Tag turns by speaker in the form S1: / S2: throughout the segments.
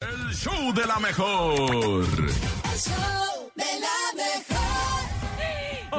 S1: El show de la
S2: El
S1: mejor.
S2: show de la mejor.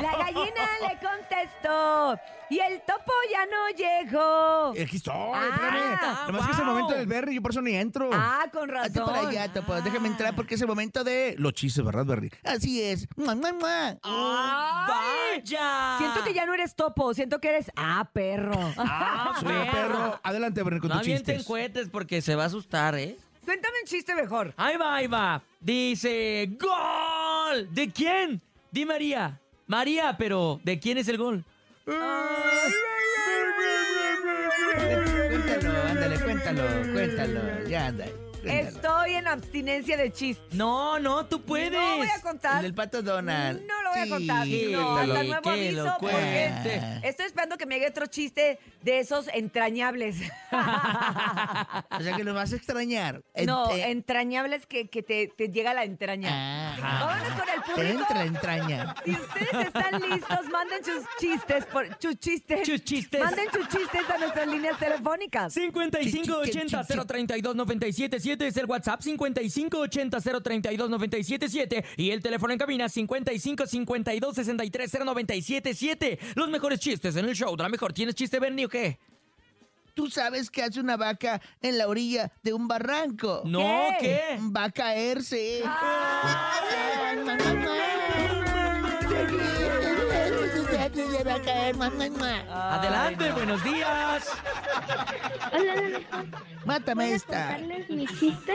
S3: La gallina le contestó. Y el topo ya no llegó.
S4: Aquí estoy, espérame.
S3: Ah,
S4: Nomás que es el
S3: wow.
S4: momento del Berry, yo por eso ni entro.
S3: Ah, con
S4: Hazte
S3: razón.
S4: para allá, topo. Déjame entrar porque es el momento de los chistes, ¿verdad, Berry? Así es. Mua, mua, mua.
S3: Ah, Ay,
S5: ¡Vaya!
S3: Siento que ya no eres topo, siento que eres ah, perro.
S5: ¡Ah,
S4: Soy el perro. Adelante, Berry, con
S5: No
S4: tus
S5: avienten
S4: chistes.
S5: cohetes porque se va a asustar, ¿eh?
S3: Cuéntame un chiste mejor.
S5: Ahí va, ahí va. Dice, ¡Gol! ¿De quién? Di María. María, pero ¿de quién es el gol?
S4: Ah. Cuéntalo, ándale, cuéntalo, cuéntalo. Ya, ándale. cuéntalo.
S3: Estoy en abstinencia de chistes.
S5: No, no, tú puedes.
S3: No voy a
S4: El
S3: contar.
S4: del pato Donald.
S3: No lo voy a
S4: Sí,
S3: contar. No,
S4: cuéntalo.
S3: hasta nuevo
S5: que
S3: aviso
S5: lo
S3: porque
S5: cuente.
S3: estoy esperando que me llegue otro chiste de esos entrañables.
S4: Ah, O sea que lo vas a extrañar.
S3: no,
S4: Ente-
S3: entrañables que, que te, te llega la entraña.
S4: eh, Ajá.
S3: Vámonos con el
S4: Te
S3: público.
S4: entra entraña.
S3: Si ustedes están listos, manden sus chistes, por, sus chistes.
S5: Sus chistes.
S3: Manden sus chistes a nuestras líneas telefónicas.
S5: 5580-032-977 es el WhatsApp, 5580-032-977 y el teléfono en cabina 5552-630977. Los mejores chistes en el show de la mejor. ¿Tienes chiste, Bernie, o qué?
S4: ¿Tú sabes qué hace una vaca en la orilla de un barranco?
S5: No, ¿qué?
S4: Va a caerse. Se va a caer.
S5: Adelante, buenos días.
S6: Hola, la mejor.
S4: Mátame
S6: ¿Puedo
S4: esta.
S6: contarles mi chiste?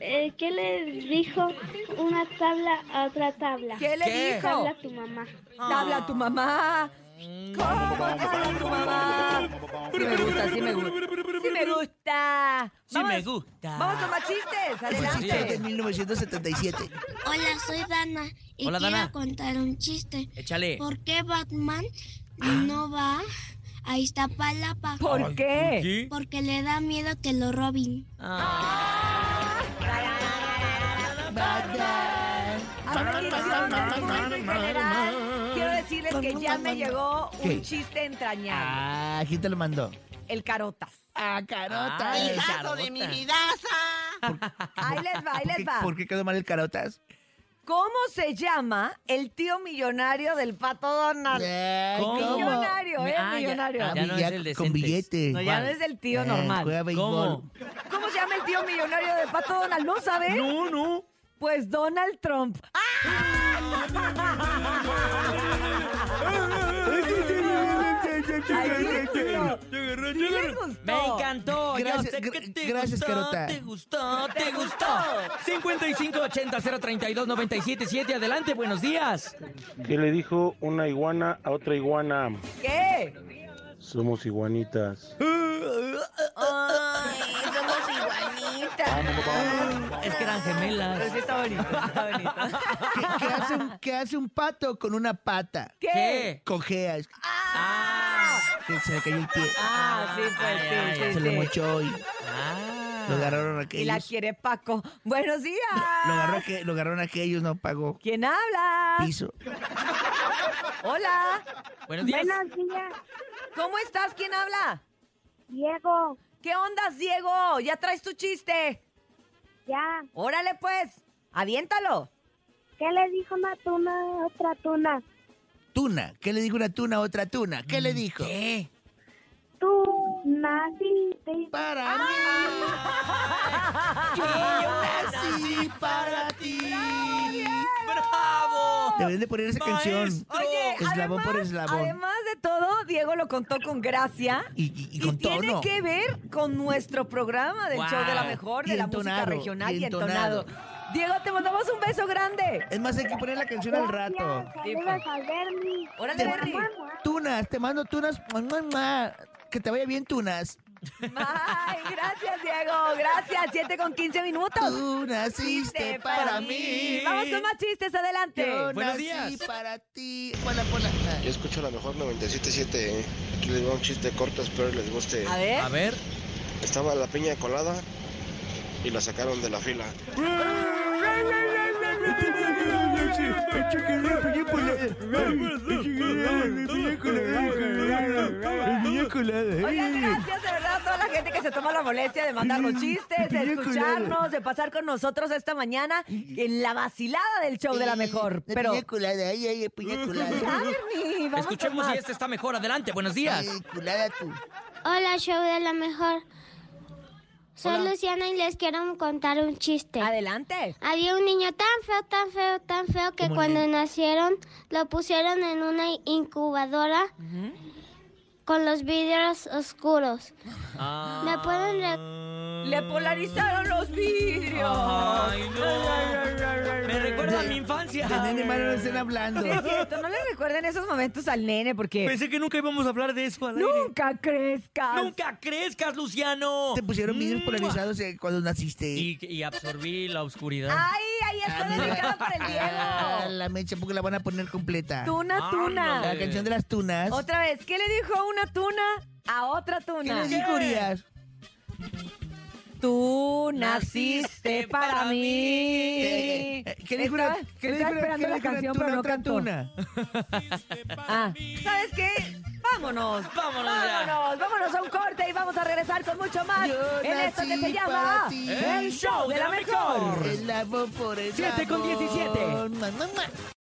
S6: Eh, ¿Qué le dijo una tabla a otra tabla?
S3: ¿Qué le
S5: ¿Qué?
S6: ¿Qué habla
S3: dijo?
S6: tu mamá?
S3: Habla tu mamá. ¿Cómo habla tu mamá? Sí me gusta, sí me gusta. Sí me gusta.
S5: Sí me gusta.
S3: Vamos a más chistes.
S4: Chiste de
S3: Adelante.
S4: 1977.
S7: Hola, soy Dana y
S5: Hola,
S7: quiero
S5: Dana.
S7: contar un chiste.
S5: Échale.
S7: ¿Por qué Batman no va a Iztapalapa?
S3: ¿Por qué?
S7: Porque le da miedo que lo robin.
S3: A petición del público en general, Quiero decirles que ya me llegó
S4: ¿Qué?
S3: un chiste entrañable.
S4: Ah, ¿quién te lo mandó?
S3: El carotas.
S4: Ah, carota.
S5: Ay,
S4: ¿Por-
S5: carota.
S3: Ahí les va, ahí
S4: por
S3: les
S4: qué-
S3: va.
S4: ¿Por qué quedó mal el carotas?
S3: ¿Cómo se llama el tío millonario del pato Donald?
S4: Ay,
S5: ¿Cómo?
S3: Millonario, ¿eh?
S5: Ah, ya-
S3: millonario.
S5: ah,
S4: Ah,
S5: Ya no es
S4: ya
S5: el de
S4: con
S5: Centes.
S4: billete.
S3: No, ya no es el tío
S4: Eh,
S3: normal.
S4: juega béisbol.
S5: ¿Cómo?
S3: ¿Cómo se llama el tío millonario del pato Donald? ¿No sabes?
S5: No, no.
S3: Pues Donald Trump. ¿Sí les gustó?
S5: Me encantó.
S4: Gracias,
S5: Yo sé
S4: gr-
S5: que te
S4: gracias,
S5: gustó,
S4: Carota.
S5: te gustó, te gustó. 5580-032-977. Adelante, buenos días.
S8: ¿Qué le dijo una iguana a otra iguana?
S3: ¿Qué?
S8: Somos iguanitas.
S2: Ay, somos iguanitas.
S5: Es que eran
S3: Pero
S5: gemelas.
S3: sí está bonito, sí está bonito.
S4: ¿Qué, qué hace un, qué hace un pato con una pata?
S3: ¿Qué?
S5: ¿Qué?
S4: Cojea. es-
S5: Ah,
S4: que se le cayó el pie.
S3: Ah, sí, pues sí,
S5: Ay,
S3: sí,
S5: ay,
S4: se le
S3: sí.
S4: mochó y lo
S5: ah.
S4: agarraron
S3: Y la
S4: aquellos.
S3: quiere Paco. Buenos días.
S4: Lo, agarró aqu- lo agarraron aquellos, no pagó
S3: ¿Quién habla?
S4: piso.
S3: Hola.
S5: Buenos días.
S6: días,
S3: ¿Cómo estás? ¿Quién habla?
S6: Diego.
S3: ¿Qué onda, Diego? ¿Ya traes tu chiste?
S6: Ya.
S3: Órale, pues. Aviéntalo.
S6: ¿Qué le dijo una tuna a otra tuna?
S4: Tuna. ¿Qué le dijo una tuna a otra tuna? ¿Qué le dijo?
S5: ¿Qué?
S6: Tú naciste.
S4: Para
S5: Ah.
S4: mí. Yo nací para ti.
S5: ¡Bravo!
S4: Deben de poner esa canción.
S5: Maestro.
S3: Oye,
S4: Eslabón
S3: además,
S4: por eslabón.
S3: además de todo, Diego lo contó con gracia.
S4: Y, y- y con
S3: tiene
S4: tono.
S3: que ver con nuestro programa del
S5: Wow.
S3: show de la mejor, de
S4: Y
S3: la
S4: entonado,
S3: música regional
S4: y
S3: y entonado. Diego, te mandamos un beso grande.
S4: Es más, hay que poner la canción al rato.
S6: Saludos a Bernie.
S3: Órale,
S4: Te-
S3: Berry.
S6: ah.
S4: Tunas, te mando tunas. Mua, mua, mua. Que te vaya bien, tunas.
S3: Ay, gracias, Diego. Gracias. 7 con 15 minutos.
S4: Tú naciste para mí.
S3: Vamos con más chistes, adelante.
S4: Yo
S5: Buenos
S4: nací
S5: días.
S4: para ti. Hola, hola.
S9: Yo escucho la mejor 977. ¿eh? Aquí les va un chiste corto, espero les guste.
S3: A ver.
S5: A ver.
S9: Estaba la piña colada y la sacaron de la fila.
S3: Oigan, gracias de verdad a toda la gente que se toma la molestia de mandarnos chistes, de escucharnos, de pasar con nosotros esta mañana en la vacilada del show de la mejor. Pero.
S4: Piña culada, ay, ay, piña
S3: Ah,
S4: culada.
S3: Bernie, vamos
S5: Escuchemos
S3: con
S5: si
S3: más.
S5: este está mejor. Adelante, buenos días.
S4: Ay, culada tú.
S7: Hola, show de la mejor. Soy
S5: Hola.
S7: Luciana y les quiero contar un chiste.
S3: Adelante.
S7: Había un niño tan feo, tan feo, tan feo que
S5: ¿Cómo
S7: cuando
S5: le-
S7: nacieron lo pusieron en una incubadora con los vidrios oscuros.
S5: Ah.
S7: ¿Me pueden
S3: Le polarizaron los vidrios.
S5: Ay, no. Me recuerda a mi infancia.
S4: De nene malo no estén hablando.
S3: Sí, es cierto, no le recuerden esos momentos al nene porque
S5: Pensé que nunca íbamos a hablar de eso al aire.
S3: nunca crezcas.
S5: Pues, ¡Nunca crezcas, Luciano!
S4: Te pusieron vidrios
S5: ¡Mua!
S4: polarizados eh, cuando naciste.
S5: Y, y absorbí la oscuridad.
S3: Ay, ahí
S4: Ah,
S3: está
S4: mira.
S3: dedicado para el
S4: Ah,
S3: Diego.
S4: La mecha, porque la van a poner completa.
S3: Tuna,
S5: Ándale.
S3: tuna.
S4: La canción de las tunas.
S3: Otra vez, ¿qué le dijo una tuna a otra
S4: ¿Qué
S3: tuna?
S4: les dijo Urias?
S3: Tú naciste para mí.
S4: Eh, eh, ¿Qué dijo una-
S3: Estaba-
S4: qué dijo
S3: estaba
S4: una-
S3: esperando
S4: qué
S3: la
S4: dijo una
S3: canción,
S4: tuna
S3: pero
S4: a
S3: no
S4: otra
S3: cantó.
S4: tuna?
S3: Ah, ¿sabes qué? Vámonos.
S5: Vámonos ya.
S3: Vámonos, vámonos a un corte y vamos a regresar con mucho más
S4: Yo
S3: en esto que
S4: nací
S3: se llama
S4: para ti.
S5: ¡El Eh, show de la mejor!
S4: El amor por el
S5: Siete con
S4: amor.
S5: 17.
S4: Mua, mua, mua.